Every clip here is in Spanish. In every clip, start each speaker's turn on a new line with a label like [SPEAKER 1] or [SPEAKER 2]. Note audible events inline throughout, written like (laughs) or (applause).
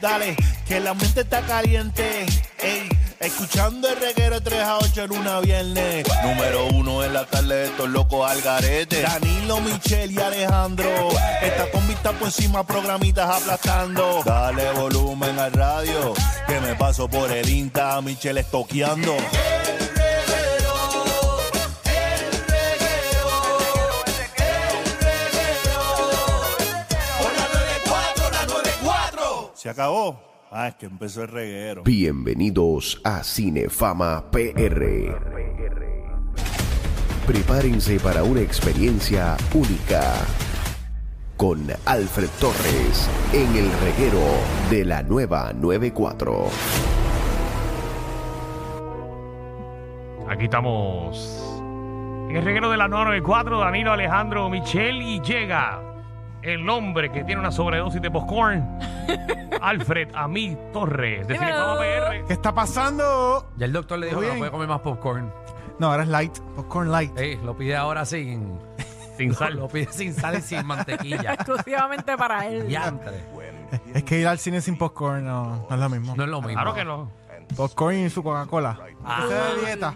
[SPEAKER 1] Dale, que la mente está caliente. Ey, escuchando el reguero 3 a 8 en una viernes.
[SPEAKER 2] Número uno en la tarde de estos locos al garete.
[SPEAKER 1] Danilo, Michel y Alejandro. Esta combi está por encima, programitas aplastando.
[SPEAKER 2] Dale volumen al radio, que me paso por el Insta, Michelle estoqueando.
[SPEAKER 1] Se acabó. Ah, es que empezó el reguero.
[SPEAKER 3] Bienvenidos a Cinefama PR. Prepárense para una experiencia única con Alfred Torres en el reguero de la nueva 94.
[SPEAKER 4] Aquí estamos en el reguero de la 994, Danilo Alejandro Michel y llega el hombre que tiene una sobredosis de popcorn, Alfred Amí Torres, de
[SPEAKER 5] Hello.
[SPEAKER 4] Cinefama PR.
[SPEAKER 6] ¿Qué está pasando?
[SPEAKER 7] Ya el doctor le dijo que
[SPEAKER 6] Bien.
[SPEAKER 7] no puede comer más popcorn.
[SPEAKER 6] No, ahora es light, popcorn light.
[SPEAKER 7] Ey, lo pide
[SPEAKER 6] (laughs)
[SPEAKER 7] ahora sin.
[SPEAKER 4] Sin
[SPEAKER 7] Lo
[SPEAKER 4] sal.
[SPEAKER 7] pide sin sal y sin mantequilla.
[SPEAKER 5] exclusivamente
[SPEAKER 6] (laughs)
[SPEAKER 5] para él.
[SPEAKER 7] Diantre.
[SPEAKER 6] Es que ir al cine sin popcorn no, no es lo mismo.
[SPEAKER 7] No es lo mismo. Ah.
[SPEAKER 4] Claro que no.
[SPEAKER 6] Popcorn y su Coca-Cola. Esa es la dieta.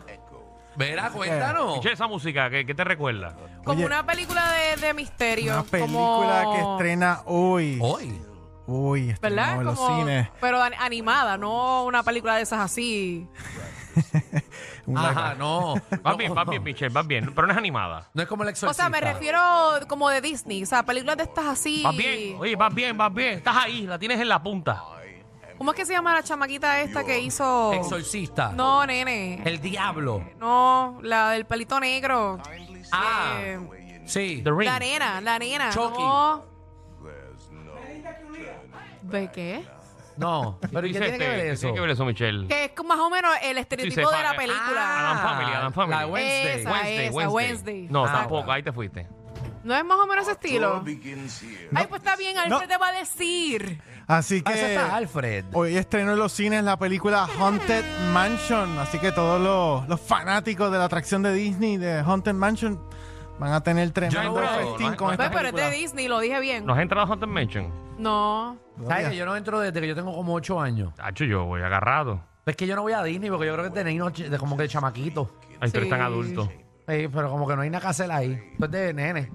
[SPEAKER 7] Verá, cuéntanos.
[SPEAKER 4] Escucha esa música, ¿qué, qué te recuerda?
[SPEAKER 5] Como
[SPEAKER 6] Oye.
[SPEAKER 5] una película de, de misterio.
[SPEAKER 6] Una película
[SPEAKER 5] como-
[SPEAKER 6] que estrena hoy.
[SPEAKER 7] Hoy.
[SPEAKER 6] Uy, estrenó
[SPEAKER 5] ¿Verdad?
[SPEAKER 6] en los
[SPEAKER 5] Como-
[SPEAKER 6] cines.
[SPEAKER 5] Pero an- animada, no una película de esas así.
[SPEAKER 6] Una-
[SPEAKER 7] Ajá,
[SPEAKER 4] (laughs)
[SPEAKER 7] no.
[SPEAKER 4] Vas bien, vas bien, Michelle, vas bien. Pero no es animada.
[SPEAKER 7] No es como el
[SPEAKER 5] O
[SPEAKER 7] exorcista.
[SPEAKER 5] sea, me refiero como de Disney. O sea, películas de estas así.
[SPEAKER 4] Vas bien, oye, vas bien, vas bien. Estás ahí, la tienes en la punta.
[SPEAKER 5] ¿Cómo es que se llama la chamaquita esta que hizo.
[SPEAKER 7] Exorcista.
[SPEAKER 5] No, Eh, nene.
[SPEAKER 7] El diablo.
[SPEAKER 5] No, la del pelito negro.
[SPEAKER 7] Ah.
[SPEAKER 5] Eh,
[SPEAKER 7] Sí.
[SPEAKER 4] The Ring.
[SPEAKER 5] la nena, la nena.
[SPEAKER 7] Chucky.
[SPEAKER 5] No. ¿De qué?
[SPEAKER 7] No. Pero ¿y
[SPEAKER 4] Dice
[SPEAKER 7] qué tiene que
[SPEAKER 4] este,
[SPEAKER 7] ver
[SPEAKER 4] ¿qué
[SPEAKER 7] eso?
[SPEAKER 4] tiene que ver eso, Michelle?
[SPEAKER 5] Que es como más o menos el estereotipo
[SPEAKER 4] se
[SPEAKER 5] de la
[SPEAKER 4] paga-
[SPEAKER 5] película.
[SPEAKER 6] Ah,
[SPEAKER 4] Adam Family, Adam Family.
[SPEAKER 7] Ah, La Wednesday.
[SPEAKER 5] Esa. esa, Wednesday.
[SPEAKER 4] No,
[SPEAKER 7] Ah,
[SPEAKER 4] tampoco,
[SPEAKER 7] bueno.
[SPEAKER 4] ahí te fuiste.
[SPEAKER 5] ¿No es más o menos ese estilo? Ay, pues está bien, Alfred
[SPEAKER 6] No.
[SPEAKER 5] te va a decir.
[SPEAKER 6] Así
[SPEAKER 7] Ah, ese está
[SPEAKER 6] que
[SPEAKER 7] Alfred.
[SPEAKER 6] hoy estrenó en los cines la película Haunted Mansion. Así que todos los, los fanáticos de la atracción de Disney de Haunted Mansion van a tener tremendo
[SPEAKER 4] creo,
[SPEAKER 6] festín
[SPEAKER 4] no,
[SPEAKER 6] con
[SPEAKER 4] no,
[SPEAKER 6] esta
[SPEAKER 5] Ve, pero es de
[SPEAKER 6] película.
[SPEAKER 5] Disney, lo dije bien.
[SPEAKER 4] ¿Nos has entrado a Haunted Mansion?
[SPEAKER 5] No.
[SPEAKER 7] ¿Sabes que yo no entro desde que yo tengo como 8 años?
[SPEAKER 4] Tacho, yo voy agarrado.
[SPEAKER 7] Pues Es que yo no voy a Disney porque yo creo que tenéis de como que chamaquito.
[SPEAKER 4] Ahí tú eres tan
[SPEAKER 5] Sí.
[SPEAKER 4] adulto.
[SPEAKER 7] Ey, pero como que no hay nada que hacer ahí. Esto es de nene.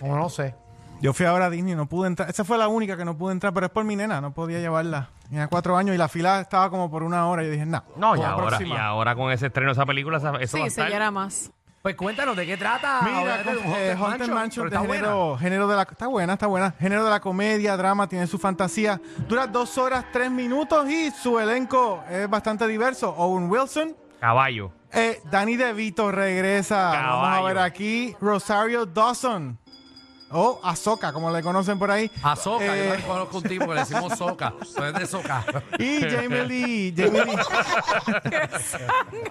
[SPEAKER 7] Como no sé.
[SPEAKER 6] Yo fui ahora a Disney, no pude entrar. Esa fue la única que no pude entrar, pero es por mi nena, no podía llevarla. Tenía cuatro años y la fila estaba como por una hora. Y yo dije, no.
[SPEAKER 4] No, y
[SPEAKER 6] la
[SPEAKER 4] ahora,
[SPEAKER 6] próxima.
[SPEAKER 4] y ahora con ese estreno de esa película, esa- eso va a
[SPEAKER 5] Sí,
[SPEAKER 4] estar...
[SPEAKER 5] se era más.
[SPEAKER 7] Pues cuéntanos de qué trata.
[SPEAKER 6] Mira,
[SPEAKER 7] Obviamente,
[SPEAKER 6] con,
[SPEAKER 7] un
[SPEAKER 6] eh, Haunted Mansion
[SPEAKER 7] pero
[SPEAKER 6] de
[SPEAKER 7] está buena.
[SPEAKER 6] género, género de la. Está buena, está buena. Género de la comedia, drama, tiene su fantasía. Dura dos horas, tres minutos y su elenco es bastante diverso. Owen Wilson.
[SPEAKER 4] Caballo.
[SPEAKER 6] Eh, Danny DeVito regresa. Vamos a
[SPEAKER 4] Caballo.
[SPEAKER 6] ver aquí. Rosario Dawson. O Azoka, como le conocen por ahí.
[SPEAKER 7] A Soca,
[SPEAKER 6] Eh,
[SPEAKER 7] yo también conozco un tipo que le decimos Soca. Pero es de Soca.
[SPEAKER 6] Y Jamie Lee, Jamie Lee,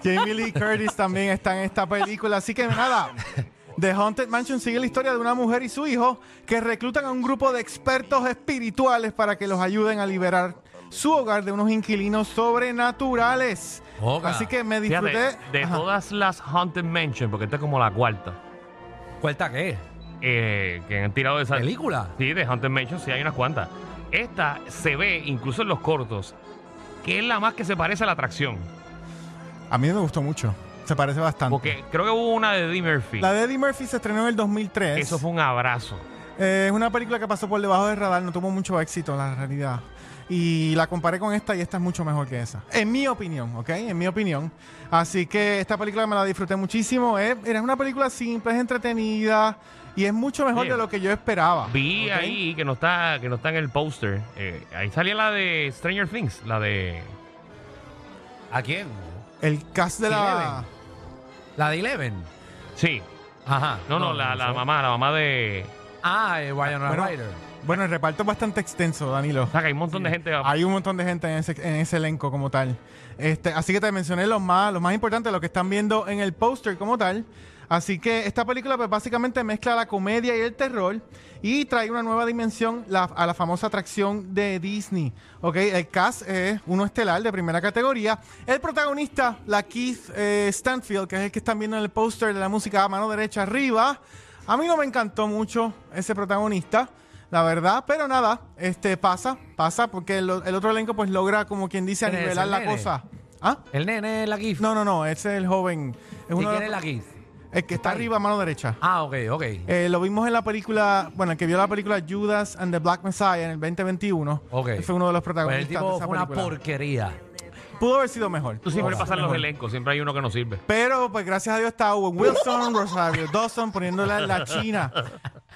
[SPEAKER 6] Jamie Lee Curtis también está en esta película. Así que nada, The Haunted Mansion sigue la historia de una mujer y su hijo que reclutan a un grupo de expertos espirituales para que los ayuden a liberar su hogar de unos inquilinos sobrenaturales.
[SPEAKER 7] Oga.
[SPEAKER 6] Así que me
[SPEAKER 4] Fíjate,
[SPEAKER 6] disfruté.
[SPEAKER 4] de
[SPEAKER 6] Ajá.
[SPEAKER 4] todas las Haunted Mansion, porque esta es como la cuarta,
[SPEAKER 7] ¿Cuenta qué?
[SPEAKER 4] eh, que han tirado de esa...
[SPEAKER 7] ¿Película?
[SPEAKER 4] Sí, de Haunted Mansion, sí, hay unas cuantas. Esta se ve, incluso en los cortos, que es la más que se parece a la atracción.
[SPEAKER 6] A mí me gustó mucho. Se parece bastante.
[SPEAKER 4] Porque creo que hubo una de Eddie Murphy.
[SPEAKER 6] La de Eddie Murphy se estrenó en el 2003.
[SPEAKER 4] Eso fue un abrazo.
[SPEAKER 6] Eh, es una película que pasó por debajo del radar, no tuvo mucho éxito, la realidad. Y la comparé con esta y esta es mucho mejor que esa. En mi opinión, ¿ok? En mi opinión. Así que esta película me la disfruté muchísimo. Es, era una película simple, es entretenida y es mucho mejor
[SPEAKER 4] Sí.
[SPEAKER 6] de lo que yo esperaba.
[SPEAKER 4] Vi
[SPEAKER 6] ¿ok?
[SPEAKER 4] ahí que no está que no está en el póster. eh, ahí salía la de Stranger Things, la de...
[SPEAKER 7] ¿A quién?
[SPEAKER 6] El cast de la...
[SPEAKER 7] ¿La de Eleven?
[SPEAKER 4] Sí.
[SPEAKER 7] Ajá.
[SPEAKER 4] No, no, la, la
[SPEAKER 7] sé.
[SPEAKER 4] mamá, la mamá de...
[SPEAKER 7] Ah, eh, Winona
[SPEAKER 6] Bueno,
[SPEAKER 7] Ryder.
[SPEAKER 6] bueno, el reparto es bastante extenso, Danilo.
[SPEAKER 4] O sea, que hay un montón de gente...
[SPEAKER 6] Hay un montón de gente en ese, en ese elenco como tal. Este, así que te mencioné los más, los más importantes, los que están viendo en el póster como tal. Así que esta película pues, básicamente mezcla la comedia y el terror y trae una nueva dimensión la- a la famosa atracción de Disney. ¿ok? El cast es uno estelar de primera categoría. El protagonista, la Keith eh, Stanfield, que es el que están viendo en el póster de la música a mano derecha arriba. A mí no me encantó mucho ese protagonista. la verdad. Pero nada, este pasa, pasa, porque el, el otro elenco pues logra, como quien dice,
[SPEAKER 7] ¿Quién es
[SPEAKER 6] nivelar
[SPEAKER 7] ese,
[SPEAKER 6] la
[SPEAKER 7] el nene?
[SPEAKER 6] cosa. ¿Ah?
[SPEAKER 7] El nene es la GIF.
[SPEAKER 6] No, no, no, ese es el joven. Es
[SPEAKER 7] ¿Y
[SPEAKER 6] uno de
[SPEAKER 7] quién es la
[SPEAKER 6] los-
[SPEAKER 7] GIF?
[SPEAKER 6] El que está
[SPEAKER 7] ahí.
[SPEAKER 6] arriba, mano derecha.
[SPEAKER 7] Ah, ok, ok.
[SPEAKER 6] Eh, lo vimos en la película, bueno, el que vio la película Judas and the Black Messiah en el 2021.
[SPEAKER 7] Ok.
[SPEAKER 6] Él Fue uno de los
[SPEAKER 7] Pues
[SPEAKER 6] protagonistas
[SPEAKER 7] el
[SPEAKER 6] de
[SPEAKER 7] tipo
[SPEAKER 6] esa
[SPEAKER 7] fue una
[SPEAKER 6] película.
[SPEAKER 7] porquería.
[SPEAKER 6] Pudo haber sido mejor.
[SPEAKER 4] Tú siempre pasan los elencos, siempre hay uno que no sirve.
[SPEAKER 6] Pero pues gracias a Dios está Owen Wilson, Rosario Dawson poniéndola en la China.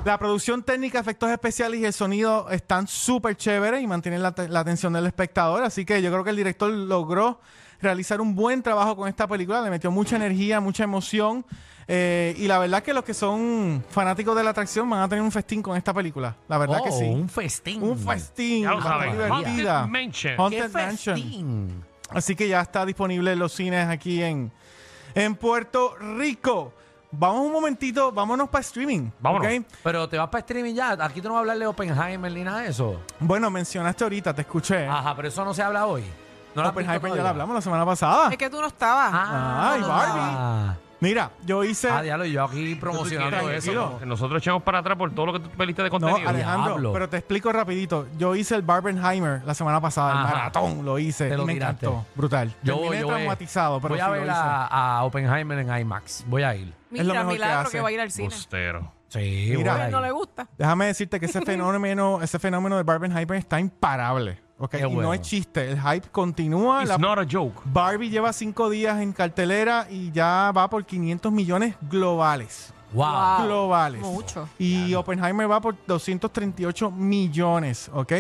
[SPEAKER 6] La producción técnica, efectos especiales y el sonido están súper chéveres y mantienen la, te- la atención del espectador. Así que yo creo que el director logró realizar un buen trabajo con esta película. Le metió mucha energía, mucha emoción. Eh, y la verdad que los que son fanáticos de la atracción van a tener un festín con esta película. La verdad que
[SPEAKER 7] Oh,
[SPEAKER 6] sí.
[SPEAKER 7] Un festín.
[SPEAKER 6] Un festín.
[SPEAKER 4] Ya lo
[SPEAKER 6] va a
[SPEAKER 4] sabes.
[SPEAKER 6] estar divertida.
[SPEAKER 4] Haunted Mansion.
[SPEAKER 7] ¡Qué
[SPEAKER 6] Haunted Mansion.
[SPEAKER 7] festín!
[SPEAKER 6] Así que ya está disponible en los cines aquí en, en Puerto Rico. Vamos un momentito, vámonos para streaming.
[SPEAKER 4] Vámonos.
[SPEAKER 6] ¿ok?
[SPEAKER 7] Pero te vas para streaming ya. Aquí tú no vas a hablar de Oppenheimer ni nada de eso.
[SPEAKER 6] Bueno, mencionaste ahorita, te escuché.
[SPEAKER 7] Ajá, pero eso no se habla hoy. Ah, No has visto
[SPEAKER 6] Eh. Oppenheimer ya
[SPEAKER 7] todavía?
[SPEAKER 6] lo hablamos la semana pasada.
[SPEAKER 5] Es que tú no estabas.
[SPEAKER 7] Ah,
[SPEAKER 6] Ay, Barbie.
[SPEAKER 7] Ah,
[SPEAKER 6] Mira, yo hice.
[SPEAKER 7] Ah, diablo, yo aquí promocionando eso.
[SPEAKER 6] tranquilo.
[SPEAKER 4] Que Nosotros echamos para atrás por todo lo que tú peliste de
[SPEAKER 6] No,
[SPEAKER 4] contenido.
[SPEAKER 7] Ale-
[SPEAKER 6] Alejandro,
[SPEAKER 7] Diablo.
[SPEAKER 6] pero te explico rapidito. Yo hice el Barbenheimer la semana pasada,
[SPEAKER 7] Ajá.
[SPEAKER 6] el maratón, lo hice.
[SPEAKER 7] Te lo
[SPEAKER 6] y me
[SPEAKER 7] tiraste.
[SPEAKER 6] encantó. Brutal.
[SPEAKER 7] Yo
[SPEAKER 6] Terminé
[SPEAKER 7] voy, yo voy.
[SPEAKER 6] traumatizado, pero
[SPEAKER 7] voy a
[SPEAKER 6] sí
[SPEAKER 7] ver
[SPEAKER 6] lo hice.
[SPEAKER 7] a, a Oppenheimer en IMAX. Voy a ir.
[SPEAKER 6] es lo
[SPEAKER 5] Mira,
[SPEAKER 6] mejor que
[SPEAKER 5] milagro
[SPEAKER 6] hace.
[SPEAKER 5] que va a ir
[SPEAKER 4] Pues,
[SPEAKER 5] al cine.
[SPEAKER 4] Postero.
[SPEAKER 7] Sí,
[SPEAKER 6] Mira.
[SPEAKER 7] voy a ir.
[SPEAKER 5] No le gusta.
[SPEAKER 6] Déjame decirte que
[SPEAKER 7] (laughs)
[SPEAKER 6] ese fenómeno, ese fenómeno de Barbenheimer está imparable. ¿ok?
[SPEAKER 7] Qué
[SPEAKER 6] Y
[SPEAKER 7] bueno.
[SPEAKER 6] no es chiste. El hype continúa. Ah, la-
[SPEAKER 4] It's not a joke.
[SPEAKER 6] Barbie lleva cinco días en cartelera y ya va por 500 millones globales.
[SPEAKER 7] Wow.
[SPEAKER 5] Wow.
[SPEAKER 6] globales.
[SPEAKER 5] Mucho.
[SPEAKER 6] Y Oppenheimer va por 238 millones, ¿ok?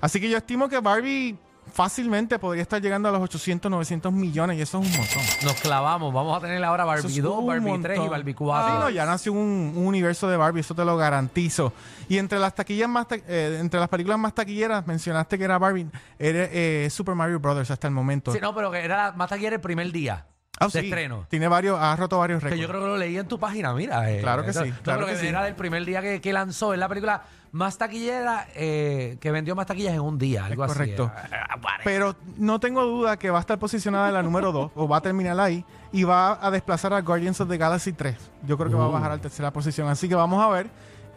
[SPEAKER 6] Así que yo estimo que Barbie fácilmente podría estar llegando a los 800, 900 millones y eso es un montón.
[SPEAKER 7] Nos clavamos. Vamos a tener ahora
[SPEAKER 6] Eso
[SPEAKER 7] Barbie
[SPEAKER 6] es
[SPEAKER 7] 2,
[SPEAKER 6] un
[SPEAKER 7] Barbie 3 y
[SPEAKER 6] montón.
[SPEAKER 7] Barbie
[SPEAKER 6] Sí,
[SPEAKER 7] 4.
[SPEAKER 6] no, ya nació un, un universo de Barbie, eso te lo garantizo. Y entre las taquillas más ta- eh, entre las películas más taquilleras mencionaste que era Barbie, era eh, Super Mario Brothers hasta el momento.
[SPEAKER 7] Sí, no, pero que era más taquilla el primer día
[SPEAKER 6] Ah,
[SPEAKER 7] de
[SPEAKER 6] sí.
[SPEAKER 7] estreno.
[SPEAKER 6] Tiene varios, ha roto varios
[SPEAKER 7] Que
[SPEAKER 6] récords.
[SPEAKER 7] yo creo que lo leí en tu página, mira. eh,
[SPEAKER 6] Claro que
[SPEAKER 7] eso-
[SPEAKER 6] sí,
[SPEAKER 7] no,
[SPEAKER 6] claro
[SPEAKER 7] pero
[SPEAKER 6] que sí.
[SPEAKER 7] Era el primer día que, que lanzó. Es la película más taquillera eh, que vendió más taquillas en un día. Algo
[SPEAKER 6] Es
[SPEAKER 7] así.
[SPEAKER 6] correcto.
[SPEAKER 7] era. Ah, pare-
[SPEAKER 6] Pero no tengo duda que va a estar posicionada en la número 2 o va a terminar ahí y va a desplazar a Guardians of the Galaxy 3. Yo creo que va a
[SPEAKER 4] Uh.
[SPEAKER 6] bajar a la tercera posición. Así que vamos a ver.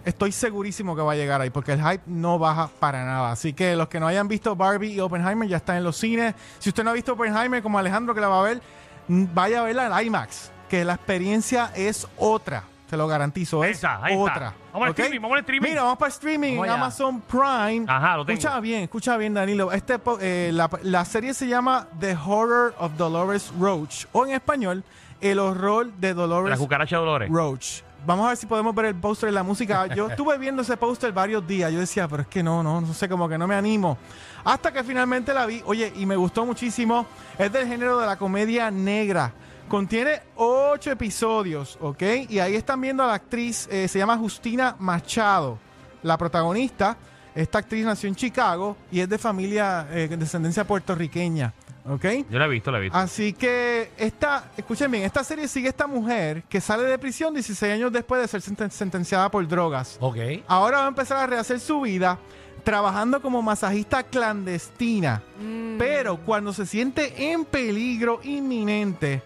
[SPEAKER 6] Estoy segurísimo que va a llegar ahí porque el hype no baja para nada. Así que los que no hayan visto Barbie y Oppenheimer ya están en los cines. Si usted no ha visto Oppenheimer como Alejandro que la va a ver, mm, vaya a verla en IMAX, que la experiencia es otra. Te lo garantizo,
[SPEAKER 4] Ahí
[SPEAKER 6] es
[SPEAKER 4] está, ahí está.
[SPEAKER 6] otra.
[SPEAKER 4] Vamos al
[SPEAKER 6] ¿Ok?
[SPEAKER 4] streaming, vamos al streaming.
[SPEAKER 6] Mira, vamos para streaming
[SPEAKER 7] Vamos
[SPEAKER 6] en
[SPEAKER 7] allá.
[SPEAKER 6] Amazon Prime.
[SPEAKER 4] Ajá, lo tengo.
[SPEAKER 6] Escucha bien, escucha bien, Danilo. Este, po- eh, la, la serie se llama The Horror of Dolores Roach, o en español, El horror de
[SPEAKER 4] La
[SPEAKER 6] Dolores
[SPEAKER 4] cucaracha de Dolores.
[SPEAKER 6] Roach. Vamos a ver si podemos ver el póster y la música. Yo estuve viendo ese póster varios días. Yo decía, pero es que no, no, no sé, como que no me animo. Hasta que finalmente la vi. Oye, y me gustó muchísimo. Es del género de la comedia negra. Contiene ocho episodios, ¿ok? Y ahí están viendo a la actriz, eh, se llama Justina Machado, la protagonista. Esta actriz nació en Chicago y es de familia, eh, de descendencia puertorriqueña, ¿ok?
[SPEAKER 4] Yo la he visto, la he visto.
[SPEAKER 6] Así que esta, escuchen bien, esta serie sigue esta mujer que sale de prisión 16 años después de ser senten- sentenciada por drogas.
[SPEAKER 7] Ok.
[SPEAKER 6] Ahora va a empezar a rehacer su vida trabajando como masajista clandestina.
[SPEAKER 5] Mm. (laughs)
[SPEAKER 6] Pero cuando se siente en peligro inminente,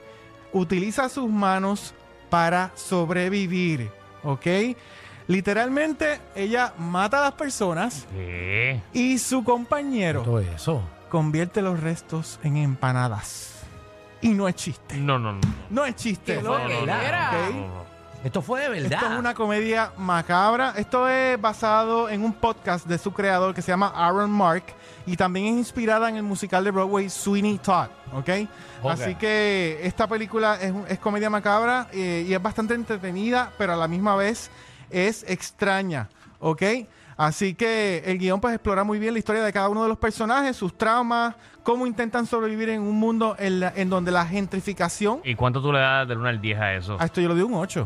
[SPEAKER 6] utiliza sus manos para sobrevivir. ¿Ok? Literalmente, ella mata a las personas
[SPEAKER 4] ¿Qué?
[SPEAKER 6] y su compañero
[SPEAKER 7] Todo eso.
[SPEAKER 6] convierte los restos en empanadas. Y no es chiste.
[SPEAKER 4] No, no, no.
[SPEAKER 6] No es chiste.
[SPEAKER 5] Qué
[SPEAKER 6] ¿no?
[SPEAKER 5] loco. era.
[SPEAKER 6] Ok.
[SPEAKER 7] Esto fue de verdad.
[SPEAKER 6] Esto es una comedia macabra. Esto es basado en un podcast de su creador que se llama Aaron Mark y también es inspirada en el musical de Broadway Sweeney Todd, ¿ok? Así que esta película es, un- es comedia macabra eh, y es bastante entretenida, pero a la misma vez es extraña, ¿ok? Así que el guión pues explora muy bien la historia de cada uno de los personajes, sus traumas, cómo intentan sobrevivir en un mundo en, la- en donde la gentrificación
[SPEAKER 4] ¿Y cuánto tú le das del 1 al 10 a eso?
[SPEAKER 6] a Ah, esto yo le doy un 8.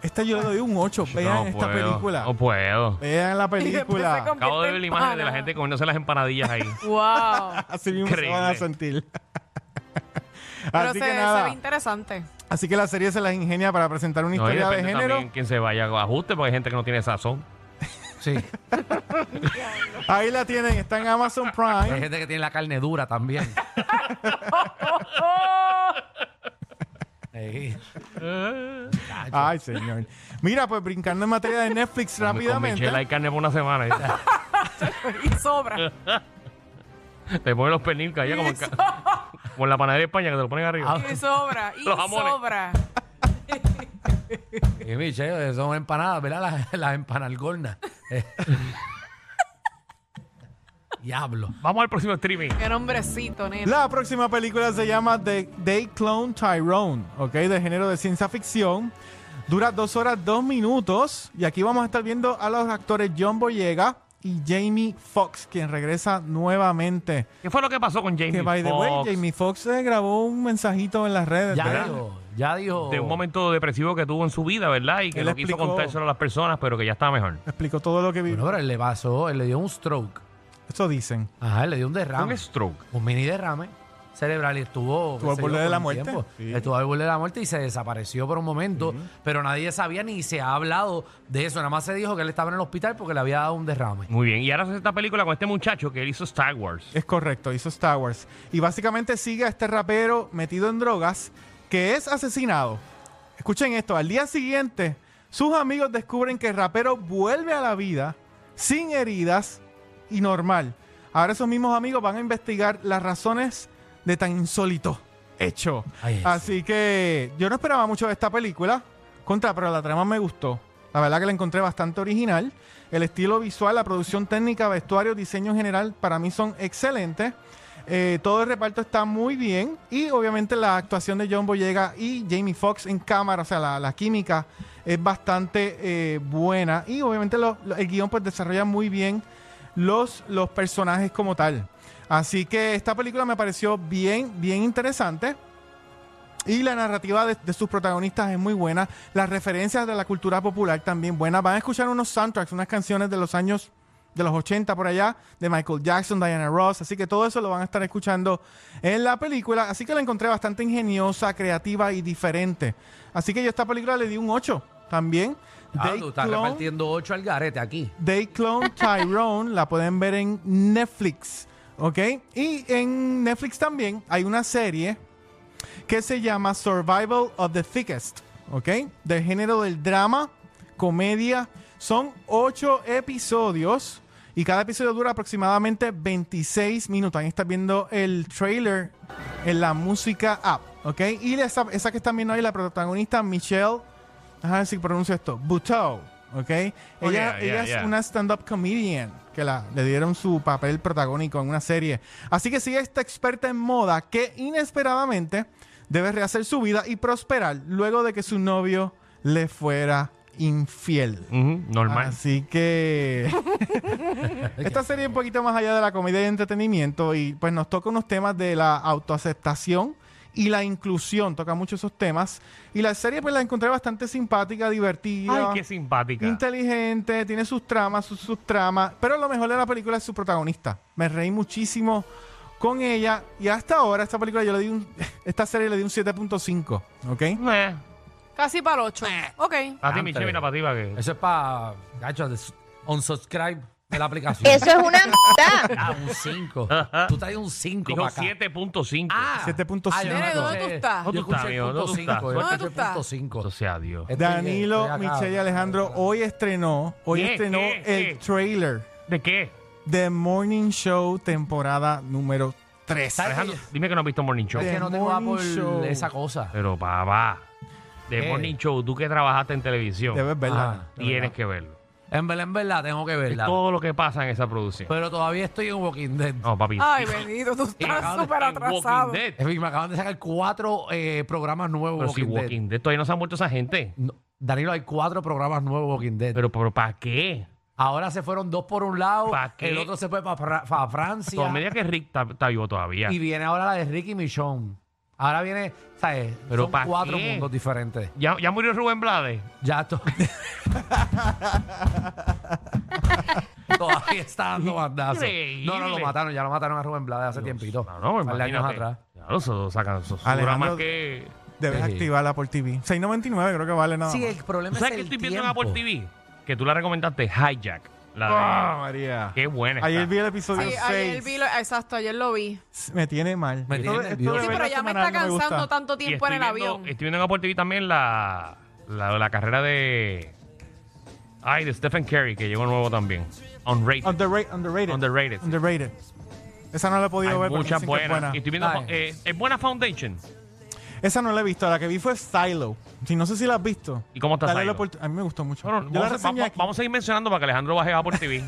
[SPEAKER 6] Esta yo le doy
[SPEAKER 4] (laughs)
[SPEAKER 6] un 8. Vean
[SPEAKER 4] No
[SPEAKER 6] esta
[SPEAKER 4] puedo,
[SPEAKER 6] película.
[SPEAKER 4] No puedo.
[SPEAKER 6] Vean la
[SPEAKER 5] (laughs) Y después se
[SPEAKER 6] película.
[SPEAKER 5] convierte
[SPEAKER 4] Acabo de ver
[SPEAKER 5] en
[SPEAKER 4] la imagen de la
[SPEAKER 5] pana.
[SPEAKER 4] gente comiéndose las empanadillas
[SPEAKER 6] (laughs)
[SPEAKER 4] ahí.
[SPEAKER 5] Wow.
[SPEAKER 6] Así mismo se van a
[SPEAKER 4] Increíble.
[SPEAKER 6] sentir. (laughs)
[SPEAKER 5] Pero
[SPEAKER 6] Así
[SPEAKER 5] se,
[SPEAKER 6] que
[SPEAKER 5] se ve
[SPEAKER 6] nada.
[SPEAKER 5] interesante. (laughs)
[SPEAKER 6] Así que la serie se las ingenia para presentar
[SPEAKER 4] No, y
[SPEAKER 6] una historia de
[SPEAKER 4] depende
[SPEAKER 6] género.
[SPEAKER 4] también quién se vaya a ajuste, porque hay gente que no tiene sazón.
[SPEAKER 6] (laughs)
[SPEAKER 7] Sí.
[SPEAKER 6] Ahí la tienen, está en Amazon
[SPEAKER 4] (laughs)
[SPEAKER 7] Hay
[SPEAKER 6] Prime.
[SPEAKER 7] gente que tiene la carne
[SPEAKER 6] (laughs)
[SPEAKER 7] dura también.
[SPEAKER 5] ¡Oh!
[SPEAKER 7] Sí.
[SPEAKER 6] Ay, señor. Mira, pues brincando en materia de Netflix
[SPEAKER 4] Con- Con Michelle
[SPEAKER 6] rápidamente.
[SPEAKER 4] hay carne por una semana.
[SPEAKER 6] (laughs)
[SPEAKER 4] ¿eh?
[SPEAKER 5] y
[SPEAKER 4] (laughs)
[SPEAKER 5] sobra.
[SPEAKER 4] te ponen los pernil que allá como, en ca- como en la panadería de España que te lo ponen
[SPEAKER 6] Ah,
[SPEAKER 4] arriba. (laughs)
[SPEAKER 5] Y sobra. Y
[SPEAKER 4] Los jamones.
[SPEAKER 5] sobra.
[SPEAKER 7] Y Michelle, son empanadas, ¿verdad? Las,
[SPEAKER 6] (laughs)
[SPEAKER 7] las empanalgornas. Eh. Diablo.
[SPEAKER 4] Vamos al próximo streaming.
[SPEAKER 5] Qué nombrecito, nena.
[SPEAKER 6] La próxima película se llama The They Clone Tyrone, ¿ok? De género de ciencia ficción. Dura dos horas, dos minutos. Y aquí vamos a estar viendo a los actores John Boyega y Jamie Foxx, quien regresa nuevamente.
[SPEAKER 4] ¿Qué fue lo que pasó con Jamie
[SPEAKER 6] Que, by the way,
[SPEAKER 4] Foxx?
[SPEAKER 6] Jamie Foxx eh, grabó un mensajito en las redes.
[SPEAKER 7] Ya
[SPEAKER 6] ¿verdad?
[SPEAKER 7] dijo, ya dijo.
[SPEAKER 4] De un momento depresivo que tuvo en su vida, ¿verdad? Y que
[SPEAKER 6] Él
[SPEAKER 4] no quiso
[SPEAKER 6] explicó-
[SPEAKER 4] contárselo a las personas, pero que ya está mejor.
[SPEAKER 6] Explicó todo lo que vivió.
[SPEAKER 7] Bueno, pero él le pasó, él le dio un stroke.
[SPEAKER 6] Eso dicen.
[SPEAKER 7] Ajá, él le dio un
[SPEAKER 4] Un
[SPEAKER 7] derrame.
[SPEAKER 4] stroke.
[SPEAKER 7] Un mini derrame cerebral y estuvo.
[SPEAKER 6] Estuvo
[SPEAKER 7] qué
[SPEAKER 6] al
[SPEAKER 7] sé
[SPEAKER 6] borde
[SPEAKER 7] yo,
[SPEAKER 6] de
[SPEAKER 7] por
[SPEAKER 6] la
[SPEAKER 7] un
[SPEAKER 6] muerte.
[SPEAKER 7] tiempo.
[SPEAKER 6] Sí.
[SPEAKER 7] Estuvo al borde de la muerte y se desapareció por un momento, pero nadie sabía ni se ha hablado de eso. Nada más se dijo que él estaba en el hospital porque le había dado un derrame.
[SPEAKER 4] Muy bien. Y ahora se hace esta película con este muchacho que él hizo Star Wars.
[SPEAKER 6] Es correcto, hizo Star Wars. Y básicamente sigue a este rapero metido en drogas que es asesinado. Escuchen esto, al día siguiente sus amigos descubren que el rapero vuelve a la vida sin heridas y normal. Ahora esos mismos amigos van a investigar las razones de tan insólito hecho.
[SPEAKER 7] Ay, Jesús.
[SPEAKER 6] Así que yo no esperaba mucho de esta película, contra, pero la trama me gustó. La verdad que la encontré bastante original. El estilo visual, la producción técnica, vestuario, diseño en general, para mí son excelentes. Eh, todo el reparto está muy bien. Y obviamente la actuación de John Boyega y Jamie Foxx en cámara, o sea, la, la química es bastante eh, buena. Y obviamente lo- lo- el guión pues desarrolla muy bien los, los personajes como tal. Así que esta película me pareció bien, bien interesante. Y la narrativa de, de sus protagonistas es muy buena. Las referencias de la cultura popular también buenas. Van a escuchar unos soundtracks, unas canciones de los años de los 80 por allá, de Michael Jackson, Diana Ross. Así que todo eso lo van a estar escuchando en la película. Así que la encontré bastante ingeniosa, creativa y diferente. Así que yo a esta película le di un 8 también.
[SPEAKER 7] Ah,
[SPEAKER 6] They
[SPEAKER 7] tú estás
[SPEAKER 6] Clone-
[SPEAKER 7] repartiendo ocho al garete aquí.
[SPEAKER 6] They Clone Tyrone, la pueden ver en Netflix, ¿ok? Y en Netflix también hay una serie que se llama Survival of the Thickest, ¿ok? Del género del drama, comedia. Son ocho episodios y cada episodio dura aproximadamente 26 minutos. Ahí estás viendo el trailer en la música app, ¿ok? Y esa, esa que están viendo ahí, la protagonista Michelle, déjame ver si pronuncio esto, Buteau, ¿ok? Ella,
[SPEAKER 4] Oh, yeah,
[SPEAKER 6] ella
[SPEAKER 4] yeah,
[SPEAKER 6] es
[SPEAKER 4] yeah.
[SPEAKER 6] una stand-up comedian que la, le dieron su papel protagónico en una serie. Así que sigue esta experta en moda que inesperadamente debe rehacer su vida y prosperar luego de que su novio le fuera infiel.
[SPEAKER 4] Ujú, normal.
[SPEAKER 6] Así
[SPEAKER 4] (laughs)
[SPEAKER 6] que esta serie es un poquito más allá de la comedia y entretenimiento y pues nos toca unos temas de la autoaceptación y la inclusión, toca mucho esos temas. Y la serie pues la encontré bastante simpática,
[SPEAKER 4] Ay,
[SPEAKER 6] divertida.
[SPEAKER 4] qué simpática.
[SPEAKER 6] Inteligente, tiene sus tramas, sus subtramas, pero lo mejor de la película es su protagonista. Me reí muchísimo con ella y hasta ahora esta película yo le di un (laughs) esta serie le di un 7.5, ¿ok?
[SPEAKER 4] Eh,
[SPEAKER 5] Casi para el 8.
[SPEAKER 4] (laughs)
[SPEAKER 5] Ok.
[SPEAKER 4] Para ti, Michelle, mira, para ti, para que.
[SPEAKER 7] Eso es para, gacho, des- unsubscribe de la aplicación.
[SPEAKER 8] Eso es una mierda.
[SPEAKER 7] Ah,
[SPEAKER 4] (laughs)
[SPEAKER 7] un 5. tú traes un 5
[SPEAKER 4] Dijo
[SPEAKER 7] para acá.
[SPEAKER 4] 7.5.
[SPEAKER 7] Ah,
[SPEAKER 6] 7.5.
[SPEAKER 7] ah, yo no
[SPEAKER 5] Nene,
[SPEAKER 7] lo
[SPEAKER 5] ¿dónde
[SPEAKER 7] sé.
[SPEAKER 5] tú estás?
[SPEAKER 7] Yo
[SPEAKER 4] ¿Dónde tú
[SPEAKER 7] escuché
[SPEAKER 4] estás, amigo? ¿Dónde tú
[SPEAKER 7] punto
[SPEAKER 4] estás?
[SPEAKER 7] cinco, yo
[SPEAKER 5] ¿Dónde tú
[SPEAKER 7] escuché
[SPEAKER 5] estás?
[SPEAKER 7] punto cinco.
[SPEAKER 4] O sea,
[SPEAKER 6] Eh.
[SPEAKER 4] Dios.
[SPEAKER 7] Estoy- estoy
[SPEAKER 6] Danilo
[SPEAKER 7] acá.
[SPEAKER 6] Michelle Alejandro hoy estrenó, hoy
[SPEAKER 4] ¿Qué?
[SPEAKER 6] estrenó
[SPEAKER 4] ¿Qué? ¿Qué?
[SPEAKER 6] el trailer
[SPEAKER 4] ¿De qué?
[SPEAKER 6] de Morning Show temporada número 3.
[SPEAKER 7] ¿Sabes
[SPEAKER 4] Alejandro,
[SPEAKER 7] que-
[SPEAKER 4] dime que no has visto Morning Show.
[SPEAKER 7] Es que no
[SPEAKER 6] The
[SPEAKER 7] tengo
[SPEAKER 6] Morning
[SPEAKER 7] Apple
[SPEAKER 6] Show.
[SPEAKER 7] esa cosa.
[SPEAKER 4] Pero papá, de
[SPEAKER 7] ¿Qué?
[SPEAKER 4] Morning Show, tú que trabajaste en televisión,
[SPEAKER 6] Eh. Debes verla.
[SPEAKER 7] Ah, de
[SPEAKER 4] tienes
[SPEAKER 7] verdad.
[SPEAKER 4] que verlo.
[SPEAKER 7] En verdad, en verdad, tengo que
[SPEAKER 4] Es
[SPEAKER 7] verla.
[SPEAKER 4] todo lo que pasa en esa
[SPEAKER 6] Pues,
[SPEAKER 4] producción.
[SPEAKER 7] Pero todavía estoy en Walking Dead.
[SPEAKER 4] No, papi.
[SPEAKER 6] ah,
[SPEAKER 5] Ay, bendito, tú
[SPEAKER 4] en-
[SPEAKER 5] estás
[SPEAKER 4] en
[SPEAKER 5] súper atrasado.
[SPEAKER 4] Walking Dead.
[SPEAKER 7] Es que me acaban de sacar cuatro eh, programas nuevos
[SPEAKER 4] Pero si
[SPEAKER 7] Walking Dead.
[SPEAKER 4] Walking Dead todavía no se han muerto esa gente.
[SPEAKER 7] No, Danilo, hay cuatro programas nuevos Walking Dead.
[SPEAKER 4] Pero, pero ¿para qué?
[SPEAKER 7] Ahora se fueron dos por un lado,
[SPEAKER 4] ¿Pa' qué?
[SPEAKER 7] el otro se fue para Francia.
[SPEAKER 4] Comedia que Rick está, está vivo todavía.
[SPEAKER 7] Y viene ahora la de Ricky Michon. Ahora viene, ¿sabes?
[SPEAKER 4] Pero
[SPEAKER 7] Son
[SPEAKER 4] ¿pa'
[SPEAKER 7] cuatro
[SPEAKER 4] qué?
[SPEAKER 7] mundos diferentes.
[SPEAKER 4] ¿Ya, ya murió Rubén Blades.
[SPEAKER 7] Ya
[SPEAKER 4] (laughs)
[SPEAKER 7] to- todavía está dando bandazos. No, no, lo
[SPEAKER 4] Increíble.
[SPEAKER 7] mataron, ya lo mataron a Rubén Blades hace tiempito.
[SPEAKER 4] No, no,
[SPEAKER 7] Un par de años
[SPEAKER 4] imagínate.
[SPEAKER 7] atrás.
[SPEAKER 4] Claro, eso sacan eso dura
[SPEAKER 6] Alejandro-
[SPEAKER 4] más que.
[SPEAKER 6] Debes
[SPEAKER 7] Sí.
[SPEAKER 6] activarla por TV. 6.99 creo que vale nada.
[SPEAKER 7] Sí,
[SPEAKER 6] más.
[SPEAKER 7] el problema
[SPEAKER 4] ¿Tú
[SPEAKER 7] es el
[SPEAKER 4] sabes que estoy viendo en
[SPEAKER 7] tiempo.
[SPEAKER 4] Apple TV? Que tú la recomendaste, Hijack. La de-
[SPEAKER 6] Ah, María.
[SPEAKER 4] Qué buena.
[SPEAKER 6] Ayer
[SPEAKER 4] está.
[SPEAKER 6] vi el episodio
[SPEAKER 5] Sí, ayer
[SPEAKER 6] 6.
[SPEAKER 5] vi lo- exacto, ayer lo vi.
[SPEAKER 6] Me tiene mal.
[SPEAKER 7] Me tiene
[SPEAKER 6] de-
[SPEAKER 7] nervioso.
[SPEAKER 6] de
[SPEAKER 7] Sí,
[SPEAKER 5] Sí,
[SPEAKER 6] verlo
[SPEAKER 5] pero ya me
[SPEAKER 6] semanal
[SPEAKER 5] está
[SPEAKER 6] no gusta.
[SPEAKER 5] cansando tanto
[SPEAKER 4] Y
[SPEAKER 5] tiempo en el
[SPEAKER 4] estoy viendo-
[SPEAKER 5] avión.
[SPEAKER 4] Estoy viendo en Apple TV también la. La, la carrera de. Ay, de Stephen Curry, que llegó nuevo también. Unrated.
[SPEAKER 6] Underra- underrated.
[SPEAKER 4] Underrated.
[SPEAKER 6] Underrated. Esa no la he podido
[SPEAKER 4] Hay
[SPEAKER 6] ver. pero
[SPEAKER 4] muchas
[SPEAKER 6] dicen que es
[SPEAKER 4] buenas. Y estoy viendo.
[SPEAKER 7] Ay.
[SPEAKER 4] eh, es buena Foundation.
[SPEAKER 6] Esa no la he visto. La que vi fue Silo. Si no sé si la has visto.
[SPEAKER 4] ¿Y cómo está
[SPEAKER 6] Dale la
[SPEAKER 4] Silo?
[SPEAKER 6] oportun- A mí me gustó mucho.
[SPEAKER 4] Bueno,
[SPEAKER 6] Yo la
[SPEAKER 4] vamos, a-
[SPEAKER 6] reseñé
[SPEAKER 4] vamos-
[SPEAKER 6] aquí.
[SPEAKER 4] vamos a seguir mencionando para que Alejandro baje a por
[SPEAKER 6] (laughs)
[SPEAKER 4] TV.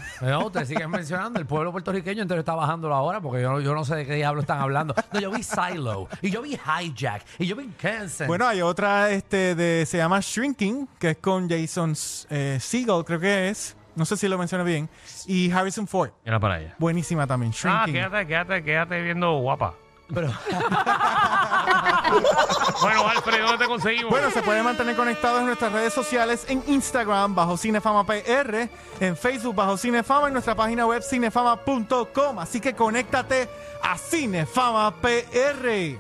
[SPEAKER 4] (laughs)
[SPEAKER 7] No, ustedes siguen mencionando, el pueblo puertorriqueño entero está bajándolo ahora porque yo, yo no sé de qué diablo están hablando. No, yo vi Silo, y yo vi Hijack, y yo vi Kensen.
[SPEAKER 6] Bueno, hay otra este de se llama Shrinking, que es con Jason eh, Segel, creo que es. No sé si lo mencioné bien. Y Harrison Ford.
[SPEAKER 4] Era para allá.
[SPEAKER 6] Buenísima también,
[SPEAKER 4] Ah,
[SPEAKER 6] Shrinking.
[SPEAKER 4] quédate, quédate, quédate viendo guapa.
[SPEAKER 7] pero
[SPEAKER 4] (laughs) Bueno, Alfred, ¿dónde te conseguimos?
[SPEAKER 6] bueno, se pueden mantener conectados en nuestras redes sociales, en Instagram bajo Cinefama PR, en Facebook bajo Cinefama y nuestra página web cinefama.com. Así que conéctate a Cinefama PR.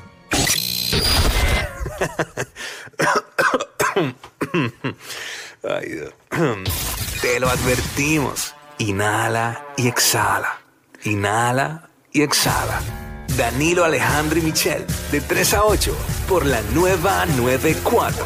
[SPEAKER 3] Ay, Dios. (clears throat) Te lo advertimos. Inhala y exhala. Inhala y exhala. Danilo Alejandro y Michel, de 3 a 8, por la nueva 94.